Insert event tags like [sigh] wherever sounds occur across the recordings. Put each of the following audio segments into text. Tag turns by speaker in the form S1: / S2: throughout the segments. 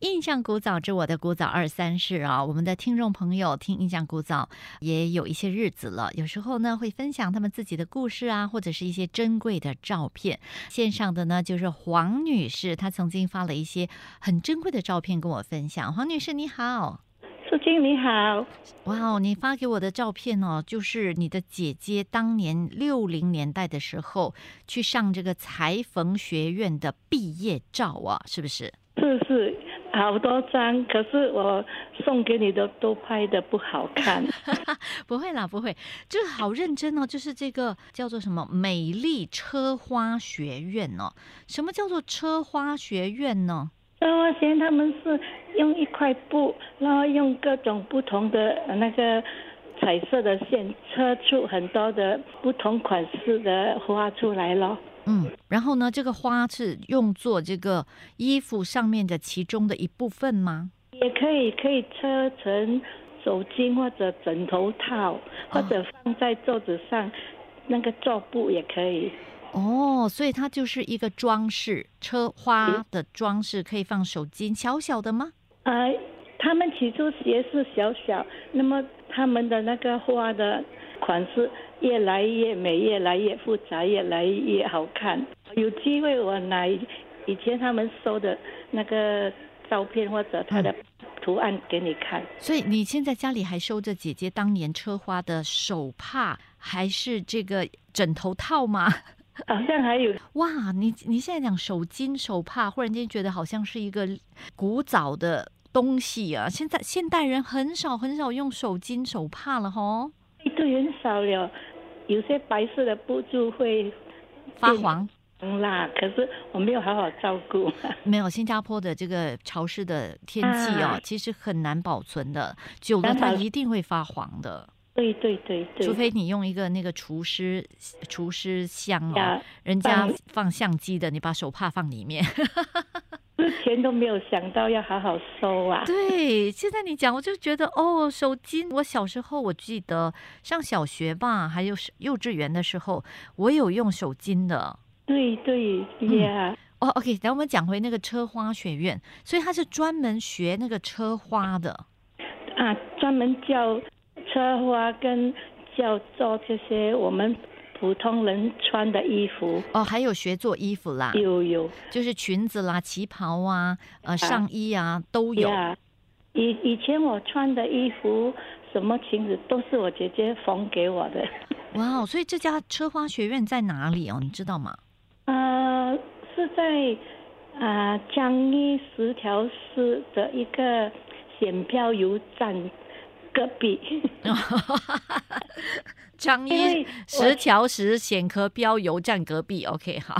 S1: 印象古早之我的古早二三事啊，我们的听众朋友听印象古早也有一些日子了，有时候呢会分享他们自己的故事啊，或者是一些珍贵的照片。线上的呢就是黄女士，她曾经发了一些很珍贵的照片跟我分享。黄女士你好，
S2: 素君你好，
S1: 哇哦，你发给我的照片哦，就是你的姐姐当年六零年代的时候去上这个裁缝学院的毕业照啊，是不是？
S2: 是是，好多张，可是我送给你的都拍的不好看。
S1: 不会啦，不会，就是好认真哦。就是这个叫做什么美丽车花学院哦？什么叫做车花学院呢？
S2: 那我嫌他们是用一块布，然后用各种不同的呃那个彩色的线车出很多的不同款式的花出来咯。
S1: 嗯，然后呢，这个花是用作这个衣服上面的其中的一部分吗？
S2: 也可以可以车成手巾或者枕头套，或者放在桌子上，那个桌布也可以。
S1: 哦，所以它就是一个装饰，车花的装饰可以放手巾，小小的吗？
S2: 呃，他们起初鞋是小小，那么他们的那个花的款式越来越美，越来越复杂，越来越好看。有机会我拿以前他们收的那个照片或者他的图案给你看。
S1: 所以你现在家里还收着姐姐当年车花的手帕，还是这个枕头套吗？
S2: 好像还有
S1: 哇，你你现在讲手巾、手帕，忽然间觉得好像是一个古早的东西啊。现在现代人很少很少用手巾、手帕了吼，
S2: 都很少了，有些白色的布就会
S1: 发
S2: 变
S1: 黄。
S2: 红啦，可是我没有好好照顾。
S1: 没有，新加坡的这个潮湿的天气哦，
S2: 啊
S1: 其实很难保存的，久了
S2: 当
S1: 它
S2: 然
S1: 一定会发黄的，
S2: 对对对对，
S1: 除非你用一个那个除湿除湿箱哦
S2: 呀，
S1: 人家
S2: 放
S1: 放相机的，你把手帕放里面。
S2: 之前都没有想到要好好收啊。
S1: 对，现在你讲，我就觉得哦，手巾。我小时候我记得上小学吧，还有是幼稚园的时候，我有用手巾的。
S2: 对对呀，
S1: 哦、o k 等我们讲回那个车花学院，所以他是专门学那个车花的。
S2: 啊，专门教车花跟教做这些我们普通人穿的衣服，
S1: 哦，还有学做衣服啦，
S2: 有有
S1: 就是裙子啦、旗袍啊、呃上衣啊都有。
S2: 呀。以以前我穿的衣服，什么裙子都是我姐姐缝给我的。
S1: 哇哦，所以这家车花学院在哪里哦？你知道吗？
S2: 呃，是在啊江一十条市的一个选票油站隔壁。
S1: 张
S2: 因为
S1: 一
S2: 我
S1: 石桥石显科标油站隔壁。OK，好。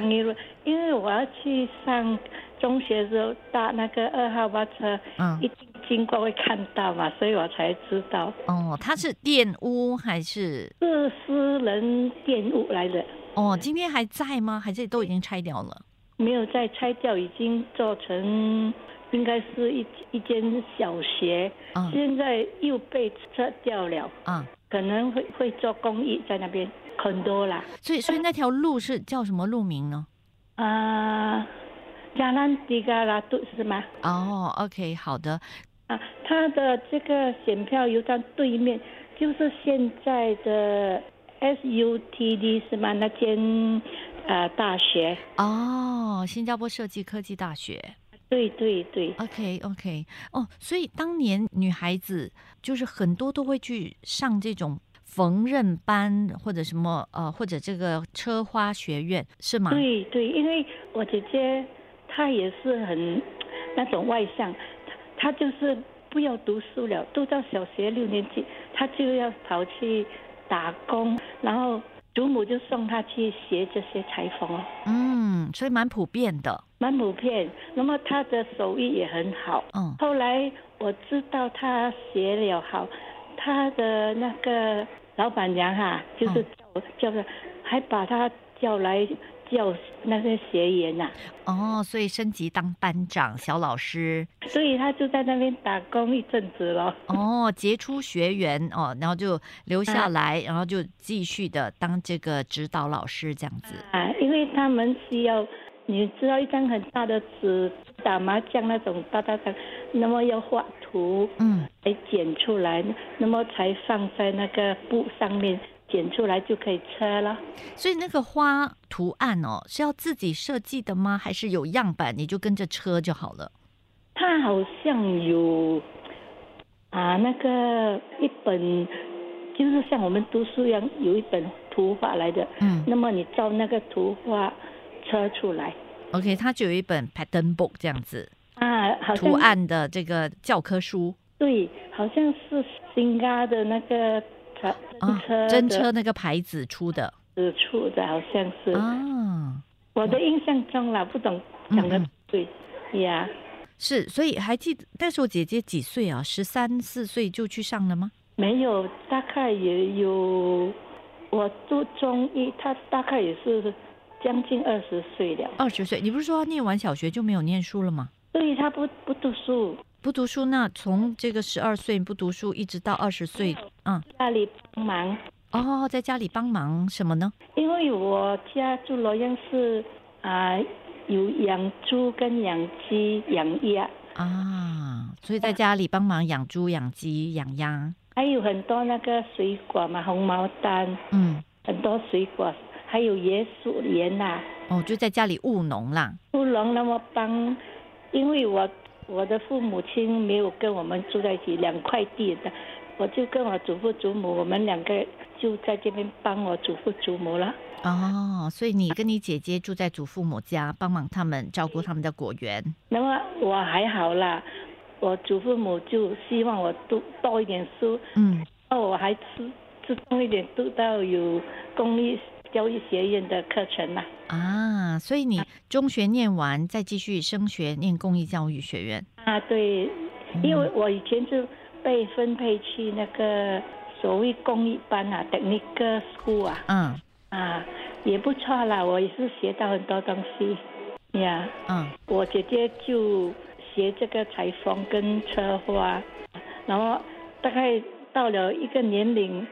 S2: 因为因为我要去上中学的时候搭那个二号巴车，
S1: 嗯
S2: 一定经过会看到嘛，所以我才知道
S1: 哦，它是玷污还是？
S2: 是私人店屋来的，
S1: 哦，今天还在吗？还是都已经拆掉了？
S2: 没有再拆掉，已经做成应该是一一间小学，
S1: 啊
S2: 现在又被撤掉了，
S1: 啊，
S2: 可能会会做公益在那边很多啦，
S1: 所以所以那条路是叫什么路名呢？
S2: 啊、加兰迪嘎拉杜是吗？
S1: 哦，OK，好的，
S2: 啊，它的这个选票油站对面就是现在的 SUTD 是吗？那间呃大学，
S1: 哦，新加坡设计科技大学
S2: 对对对，
S1: ，OK OK，哦，所以当年女孩子就是很多都会去上这种缝纫班或者什么呃，或者这个车花学院是吗？
S2: 对对，因为我姐姐她也是很那种外向，她她就是不要读书了，读到小学六年级，她就要跑去打工，然后祖母就送她去学这些裁缝哦。
S1: 嗯。嗯，所以蛮普遍的。
S2: 蛮普遍。那么他的手艺也很好。
S1: 嗯
S2: 后来我知道他写了好，他的那个老板娘哈、就是叫、叫他，还把他叫来教那些学员呐、
S1: 哦，所以升级当班长、小老师，
S2: 所以他就在那边打工一阵子咯。
S1: 哦，杰出学员哦，然后就留下
S2: 啊
S1: 来，然后就继续的当这个指导老师这样子。
S2: 啊，因为他们需要，你知道一张很大的纸，打麻将那种大大张，那么要画图，
S1: 嗯，
S2: 来剪出来，那么才放在那个布上面，剪出来就可以车了。
S1: 所以那个花图案哦，是要自己设计的吗？还是有样板你就跟着车就好了？
S2: 他好像有啊，那个一本，就是像我们读书一样，有一本图画来的，
S1: 嗯
S2: 那么你照那个图画车出来
S1: ，OK，它就有一本 pattern book 这样子
S2: 啊，好像
S1: 图案哦的这个教科书
S2: 对，好像是新加的那个车
S1: 啊，
S2: 真
S1: 真
S2: 车
S1: 车
S2: 的
S1: 那个牌子出的
S2: 指出的，好像是、
S1: 啊，
S2: 我的印象中啦，不懂讲的
S1: 嗯嗯
S2: 对呀。
S1: 是，所以还记得那时候姐姐几岁啊？十三四岁就去上了吗？
S2: 没有，大概也有，我读中医，他大概也是将近二十岁了，
S1: 二十岁？你不是说念完小学就没有念书了吗？
S2: 所以他不不读书，
S1: 不读书，那从这个十二岁不读书一直到二十岁，嗯，
S2: 家里帮忙。
S1: 哦，在家里帮忙什么呢？
S2: 因为我家住洛阳市啊、有养猪跟养鸡、养鸭，
S1: 啊，所以在家里帮忙养猪、养鸡、养鸭，
S2: 还有很多那个水果嘛，红毛丹，
S1: 嗯，
S2: 很多水果，还有椰树啊园呐、
S1: 哦，就在家里务农啦。
S2: 不能那么帮，因为我我的父母亲没有跟我们住在一起，两块地的，我就跟我祖父祖母，我们两个就在这边帮我祖父祖母了。
S1: 哦，所以你跟你姐姐住在祖父母家，帮忙他们照顾他们的果园。
S2: 那么我还好啦，我祖父母就希望我读多一点书，
S1: 嗯，
S2: 那我还注注重一点读到有公立教育学院的课程啦。
S1: 啊，所以你中学念完，再继续升学念公益教育学院。
S2: 啊，对，因为我以前就被分配去那个所谓公益班啊，technical school 啊，
S1: 嗯
S2: 啊，也不错啦，我也是学到很多东西呀。
S1: 嗯，
S2: 我姐姐就学这个裁缝跟车花，然后大概到了一个年龄，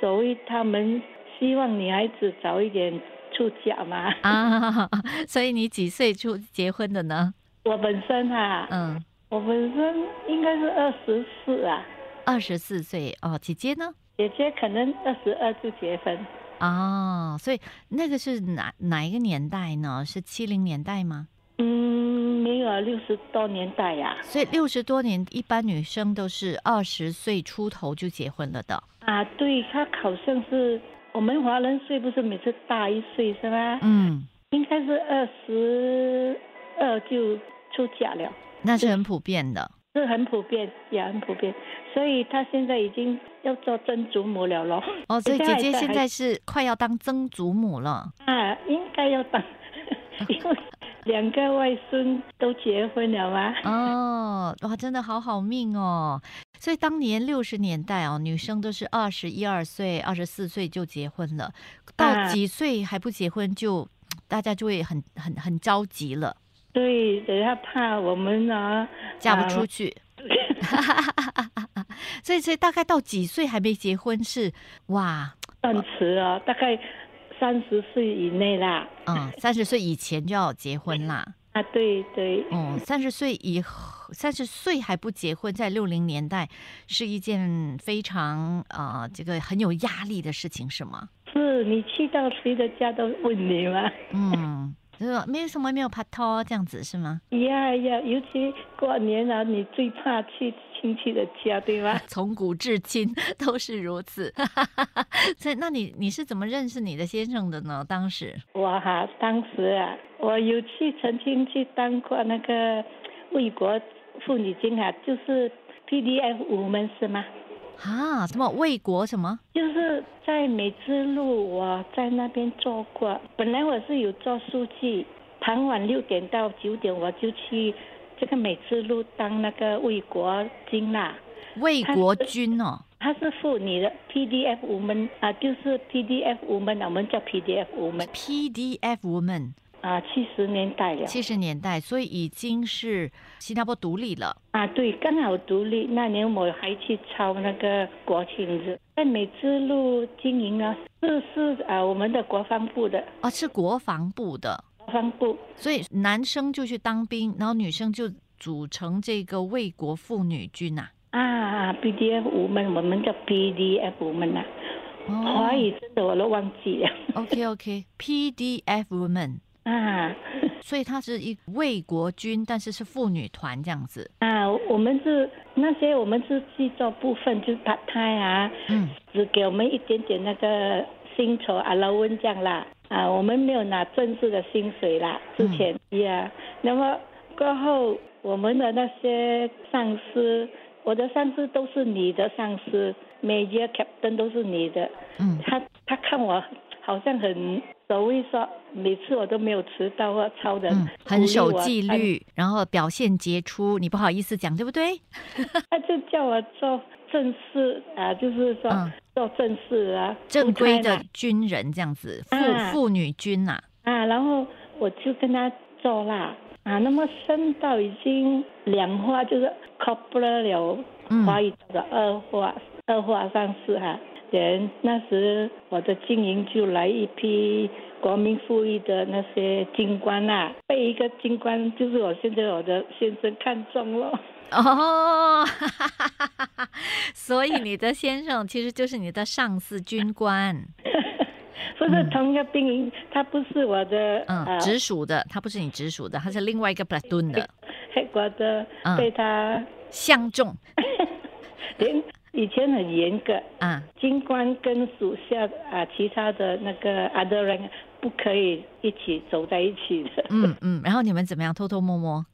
S2: 所谓他们希望女孩子早一点出嫁嘛。
S1: 啊， [laughs] 所以你几岁就结婚的呢？
S2: 我本身啊，
S1: 嗯，
S2: 我本身应该是二十四啊。
S1: 二十四岁哦。姐姐呢？
S2: 姐姐可能二十二就结婚，
S1: 哦，所以那个是哪哪一个年代呢？是七零年代吗？
S2: 嗯，没有六十多年代呀、
S1: 所以六十多年，一般女生都是二十岁出头就结婚了的。
S2: 啊。对，她好像是我们华人岁不是每次大一岁是吧？
S1: 嗯，
S2: 应该是二十二就出嫁了，
S1: 那是很普遍的。
S2: 这很普遍，也很普遍。所以她现在已经要做曾祖母了咯。
S1: 哦，所以姐
S2: 现在
S1: 姐
S2: 在
S1: 现在是快要当曾祖母了。
S2: 啊，应该要当， [laughs] 因为两个外孙都结婚了啊嘛。
S1: 哦，哇，真的好好命哦。所以当年六十年代哦，女生都是二十一二岁、二十四岁就结婚了，到
S2: 啊
S1: 几岁还不结婚就，大家就会很很很着急了，
S2: 对，等下怕我们啊
S1: 嫁不
S2: 啊
S1: 出去。所以，所以大概到几岁还没结婚是哇，
S2: 断词哦，大概三十岁以内啦。
S1: 嗯，三十岁以前就要结婚啦。
S2: 啊，对对，
S1: 哦，三十岁以后，三十岁还不结婚，在六零年代是一件非常呃，这个很有压力的事情，是吗？
S2: 是你去到谁的家都问你嘛？ [laughs]
S1: 嗯，就是没有什么没有拍拖这样子是吗？ [laughs]
S2: 呀呀，尤其过年啊，你最怕去亲戚的家，
S1: [laughs]
S2: 对吗？
S1: 从古至今都是如此。 [laughs] 所以，那你你是怎么认识你的先生的呢？当时
S2: 我哈、当时啊，我有去曾经去当过那个卫国妇女军啊，就是 PDF 五门是吗？
S1: 啊，什么为国什么？
S2: 就是在美之路，我在那边做过。本来我是有做书记，傍晚六点到九点我就去这个美智路当那个为国军啦、
S1: 为国军哦，
S2: 它是妇女的 PDF 无门啊，就是 PDF 无门啊，我们叫 PDF 无门
S1: PDF Woman，
S2: 啊，七十年代了
S1: 七十年代，所以已经是新加坡独立了。
S2: 啊，对，刚好独立那年我还去抄那个国庆日，在美之路经营呢，是是啊，我们的国防部的
S1: 哦，是国防部的，
S2: 国防部
S1: 所以男生就去当兵，然后女生就组成这个卫国妇女军呐、
S2: 啊，PDF 无门，我们叫 PDF 无门啊，
S1: 哦
S2: 华语真的我都忘记了
S1: OK [laughs] OK，PDF Woman，
S2: 啊
S1: 所以她是一卫国军，但是是妇女团这样子。
S2: 啊，我们是那些我们是制作部分，就是 part time 啊，
S1: 嗯，
S2: 只给我们一点点那个薪酬啊，劳温这样啦。啊，我们没有拿正式的薪水啦，之前呀。那么过后，我们的那些上司，我的上司都是你的上司，major captain 都是你的。
S1: 嗯
S2: 他他看我好像很所谓说，每次我都没有迟到或超人，
S1: 嗯，很守纪律，然后表现杰出，你不好意思讲，对不对？
S2: [laughs] 他就叫我做正事啊，就是说、
S1: 嗯
S2: 做正事啊，
S1: 正规
S2: 出差啦
S1: 的军人这样子，妇
S2: 啊
S1: 妇女军呐、
S2: 啊，然后我就跟他做啦啊，那么升到已经两化就是 couple 了，
S1: 嗯
S2: 华语叫做二化，二化上市哈、人那时我的经营就来一批国民富裕的那些军官啦、被一个军官就是我现在我的先生看中
S1: 嗯
S2: 了，
S1: 哦， [laughs] 哈哈哈哈哈！所以你的先生其实就是你的上司军官，
S2: 不是同一个兵营，他不是我的
S1: 嗯，
S2: 呃
S1: 直属的，他不是你直属的，他是另外一个 platoon 的，
S2: 黑国的
S1: 嗯，
S2: 被他
S1: 相中
S2: 连以前很严格，
S1: 啊，
S2: 军官跟属下啊，其他的那个 other rank 不可以一起走在一起的。
S1: 嗯嗯，然后你们怎么样偷偷摸摸？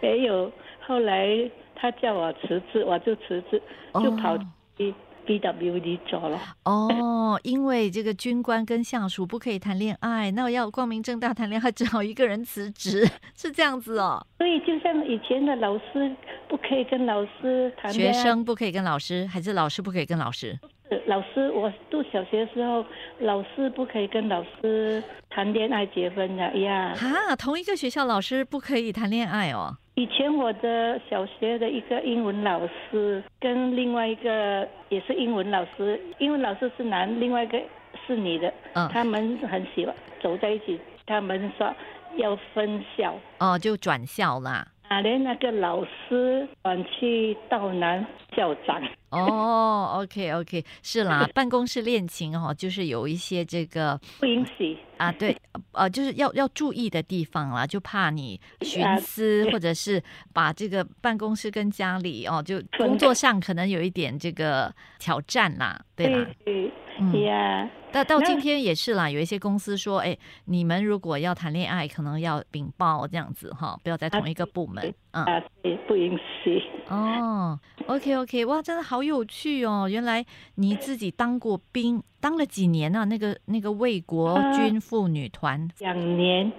S2: 没有，后来他叫我辞职，我就辞职，就跑
S1: 哦
S2: 去 BWD 做了。
S1: 哦，因为这个军官跟下属不可以谈恋爱，那要光明正大谈恋爱，只好一个人辞职，是这样子哦。
S2: 所以就像以前的老师不可以跟老师谈恋
S1: 学
S2: 爱，
S1: 生不可以跟老师，还是老师不可以跟老师？
S2: 老师我读小学的时候，老师不可以跟老师谈恋爱、结婚的呀。
S1: 哈，同一个学校老师不可以谈恋爱哦。
S2: 以前我的小学的一个英文老师跟另外一个也是英文老师，英文老师是男，另外一个是女的，
S1: 嗯
S2: 他们很喜欢走在一起，他们说要分校
S1: 哦，就转校啦。
S2: 啊，连那个老师转去道南校长，
S1: 哦，OK OK，是啦，办公室恋情哦，就是有一些这个
S2: 不允许
S1: 啊，对，呃，就是要要注意的地方啦，就怕你徇
S2: 啊
S1: 私，或者是把这个办公室跟家里哦，就
S2: 分
S1: 工
S2: 开
S1: 作上可能有一点这个挑战啦，对啦，
S2: 对
S1: 嗯，
S2: 呀，
S1: 但到
S2: 那
S1: 今天也是啦，有一些公司说，哎，你们如果要谈恋爱，可能要禀报这样子哈，不要在同一个部门，嗯。
S2: 啊，对，不允许。
S1: 哦，OK OK，哇，真的好有趣哦！原来你自己当过兵，当了几年啊？那个那个卫国
S2: 呃
S1: 军妇女团，
S2: 两年，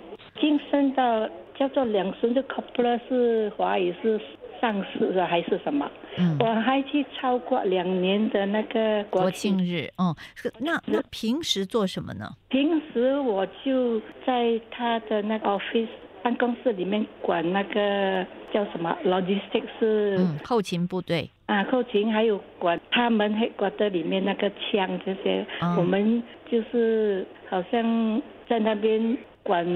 S2: 晋升到叫做两升，就 couple 是华语是上市的还是什么？
S1: 嗯，
S2: 我还去超过两年的那个国
S1: 国
S2: 庆，嗯
S1: 庆日，哦、是那那平时做什么呢？
S2: 平时我就在他的那个 office 办公室里面管那个叫什么 logistics 是、
S1: 嗯，后勤部队，
S2: 啊后勤，还有管他们黑管的里面那个枪这些，
S1: 哦
S2: 我们就是好像在那边管。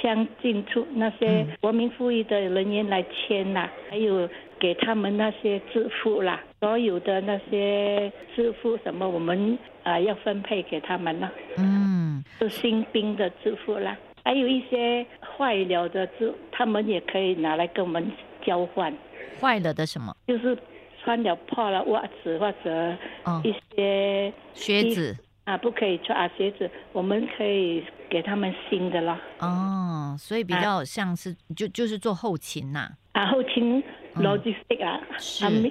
S2: 枪进出那些
S1: 嗯
S2: 国民富裕的人员来签啦、还有给他们那些制服啦，所有的那些制服什么，我们啊、呃要分配给他们了，
S1: 嗯，
S2: 就新兵的制服啦，还有一些坏了的制，他们也可以拿来跟我们交换，
S1: 坏了的什么？
S2: 就是穿了破了袜子或者
S1: 哦，
S2: 一些
S1: 靴子，
S2: 啊不可以穿啊鞋子，我们可以给他们新的咯。
S1: 哦，所以比
S2: 啊
S1: 较像是就就是做后勤呐、
S2: 啊，后勤
S1: 嗯
S2: logistic 啊，
S1: 是
S2: 啊没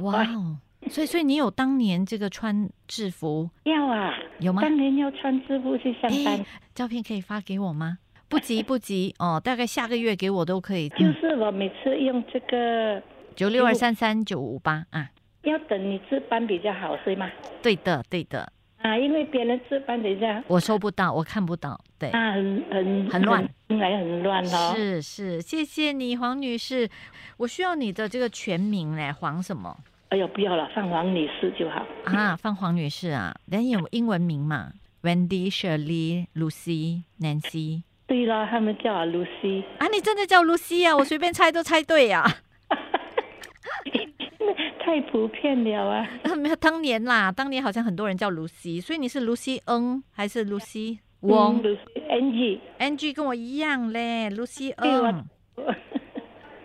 S1: 哇哦，所以，所以你有当年这个穿制服
S2: [laughs] 要啊，
S1: 有吗？
S2: 当年要穿制服去上班，
S1: 哎，照片可以发给我
S2: [laughs]
S1: 吗？不急不急哦，大概下个月给我都可以。嗯
S2: 就是我每次用这个，
S1: 九六二三三九五八啊，
S2: 要等你值班比较好，是吗？
S1: 对的对的，
S2: 啊，因为别人值班等一下
S1: 我收不到，我看不到。对，
S2: 啊，很很
S1: 很乱，
S2: 应该很乱哦。
S1: 是是，谢谢你，黄女士，我需要你的这个全名嘞，黄什么
S2: 哎呦，不要了，上黄女士就好。
S1: 啊？放黄女士啊，人有英文名嘛？Wendy、Shirley、Lucy、Nancy
S2: 对了，他们叫我 Lucy，
S1: 啊，你真的叫 Lucy 啊？我随便猜都猜对啊呀、
S2: [laughs] 太普遍了啊。
S1: 啊， [laughs] 没有当年啦，当年好像很多人叫 Lucy，所以你是 Lucy N 还是 Lucy
S2: 嗯
S1: Wong？Angie、
S2: ，Lucy NG，
S1: 跟我一样嘞，Lucy
S2: 对我
S1: N。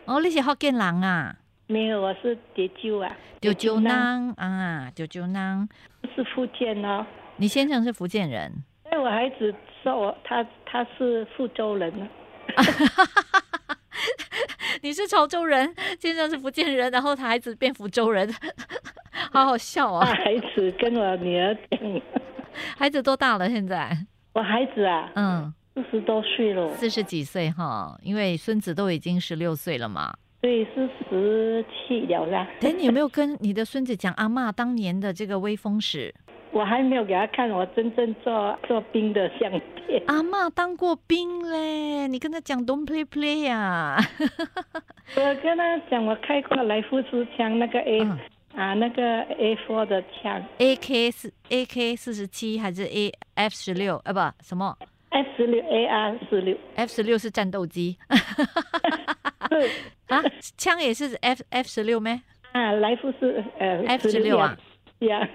S1: 哦，你是福建人啊？
S2: [laughs] 没有，我是蝶鸠啊，
S1: 九九
S2: 呢
S1: 囊啊，九九囊。
S2: 是福建哦。
S1: 你先生是福建人，
S2: 哎，我孩子说我他他是福州人啊呢。
S1: [laughs] 你是潮州人，先生是福建人，然后他孩子变福州 [laughs] 人，好好笑
S2: 我
S1: 哦。
S2: 孩子跟我女儿 [laughs] 讲，
S1: 孩子多大了？现在？
S2: 我孩子啊，
S1: 嗯，
S2: 四十多岁了，
S1: 四十几岁哈，因为孙子都已经十六岁了嘛。
S2: 对，是十七了啦。
S1: 等你有没有跟你的孙子讲阿嬷当年的这个威风史？
S2: 我还没有给他看我真正做做兵的相片。
S1: 阿嬷当过兵嘞，你跟他讲 don't play play 呀、啊。
S2: 我跟他讲，我开过来福斯枪那个 A、
S1: 嗯
S2: 啊，那个 A four 的枪
S1: A K 四 A K 四十七还是 A F 十六？呃，不，什么
S2: ，F 十六 AR 十六
S1: F 十六是战斗机 [laughs]
S2: 是
S1: 啊？枪也是 F F 十六咩？
S2: 啊，来福斯呃
S1: F 16啊，
S2: 呀，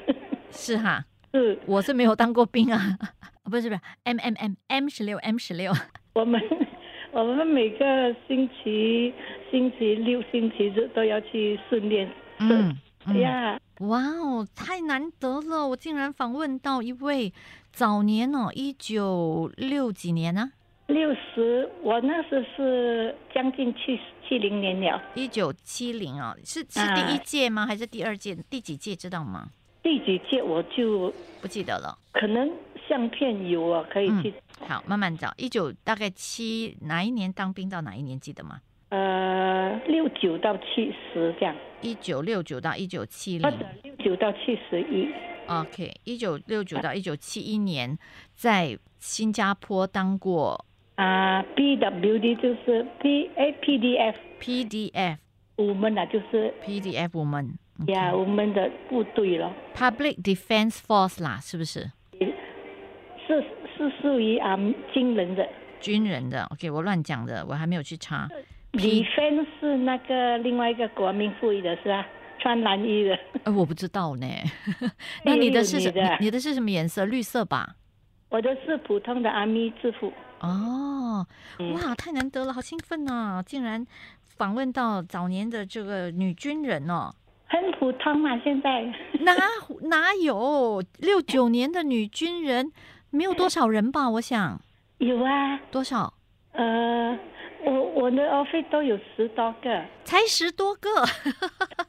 S1: 是哈，
S2: [laughs] 是
S1: 我是没有当过兵啊， [laughs] 不是不是 M M M M 十六 M 十六
S2: 我们 [laughs] 我们每个星期星期六、星期日都要去训练。
S1: 嗯。
S2: [laughs]
S1: 嗯
S2: 呀，
S1: 哇哦，太难得了！我竟然访问到一位早年哦，一九六几年啊，
S2: 六十，我那时是将近七七零年了，
S1: 一九七零啊，是是
S2: 啊
S1: 第一届吗？还是第二届？第几届知道吗？
S2: 第几届我就
S1: 不记得了。
S2: 可能相片有啊，可以去、
S1: 好，慢慢找。一九大概七哪一年当兵到哪一年记得吗？嗯
S2: 呃六九到七十这样，
S1: 一九六九到一九七
S2: 或者
S1: 零
S2: 六九到七十一。
S1: ，OK，一九六九到一九七一年在新加坡当过
S2: 啊，BWD 就是 P A P D F，
S1: PDF
S2: 我们啊就是
S1: PDF 我们
S2: 呀，我们的部队咯，
S1: Public Defense Force 啦，是不是
S2: 是是属于啊军人的。
S1: 军人的？OK，我乱讲的，我还没有去
S2: [laughs]
S1: 查。
S2: 李芬是那个另外一个国民妇女的是吧？穿蓝衣的， [laughs]
S1: 呃，我不知道呢。 [laughs] 那你的是什
S2: 也有你的
S1: 你的是什么颜色？绿色吧？
S2: 我的是普通的阿咪制服。
S1: 哦，
S2: 嗯
S1: 哇，太难得了，好兴奋啊！竟然访问到早年的这个女军人哦，
S2: 很普通嘛，现在 [laughs]
S1: 哪哪有六九年的女军人，没有多少人吧？我想
S2: 有啊，
S1: 多少？
S2: 呃，我我的 office 都有十多个，
S1: 才十多个， [laughs]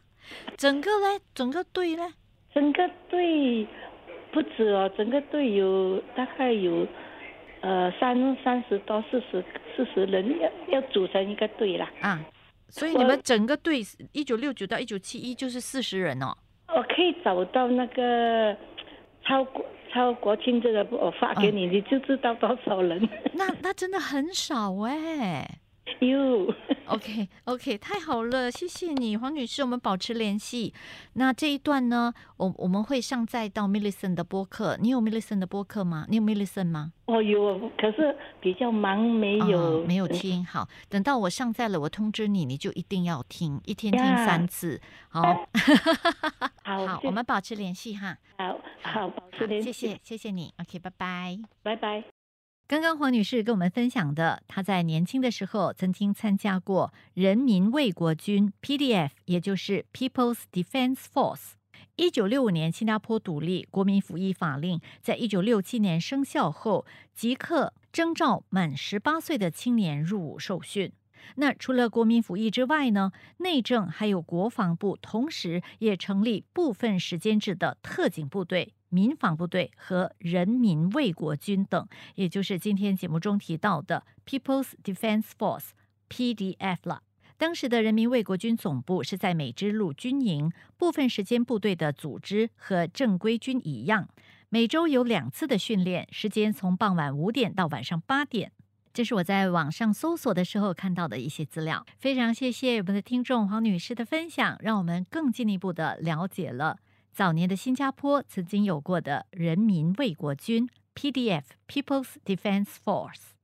S1: 整个嘞，整个队嘞，
S2: 整个队不止哦，整个队有大概有呃三三十多四十四十人，要要组成一个队啦。
S1: 啊，所以你们整个队一九六九到一九七一就是四十人哦。
S2: 我可以找到那个超国超国庆这个，我发给你，你就知道多少人。 [laughs]
S1: 那那真的很少哎、
S2: 哟，
S1: OK OK，太好了，谢谢你，黄女士，我们保持联系。那这一段呢，我我们会上载到 Millicent 的播客。你有 Millicent 的播客吗？你有 Millicent 吗？
S2: 我哦有，可是比较忙，没有、
S1: 哦没有听。好，等到我上载了，我通知你，你就一定要听，一天听
S2: 呀
S1: 三次。好，
S2: 好，
S1: 好，
S2: 谢
S1: 我们保持联系哈。
S2: 好好保持
S1: 好
S2: 联系，
S1: 谢谢，，谢谢你。OK，拜拜。
S2: 拜拜。
S1: 刚刚黄女士跟我们分享的，她在年轻的时候曾经参加过人民卫国军 （PDF），也就是 People's Defense Force。一九六五年新加坡独立，国民服役法令在一九六七年生效后，即刻征召满十八岁的青年入伍受训。那除了国民服役之外呢，内政还有国防部同时也成立部分时间制的特警部队。民防部队和人民卫国军等，也就是今天节目中提到的 People's Defense Force（PDF） 了。当时的人民卫国军总部是在美支路军营，部分时间部队的组织和正规军一样，每周有两次的训练，时间从傍晚五点到晚上八点。这是我在网上搜索的时候看到的一些资料。非常谢谢我们的听众黄女士的分享，让我们更进一步的了解了早年的新加坡曾经有过的人民卫国军 （PDF，People's Defense Force）。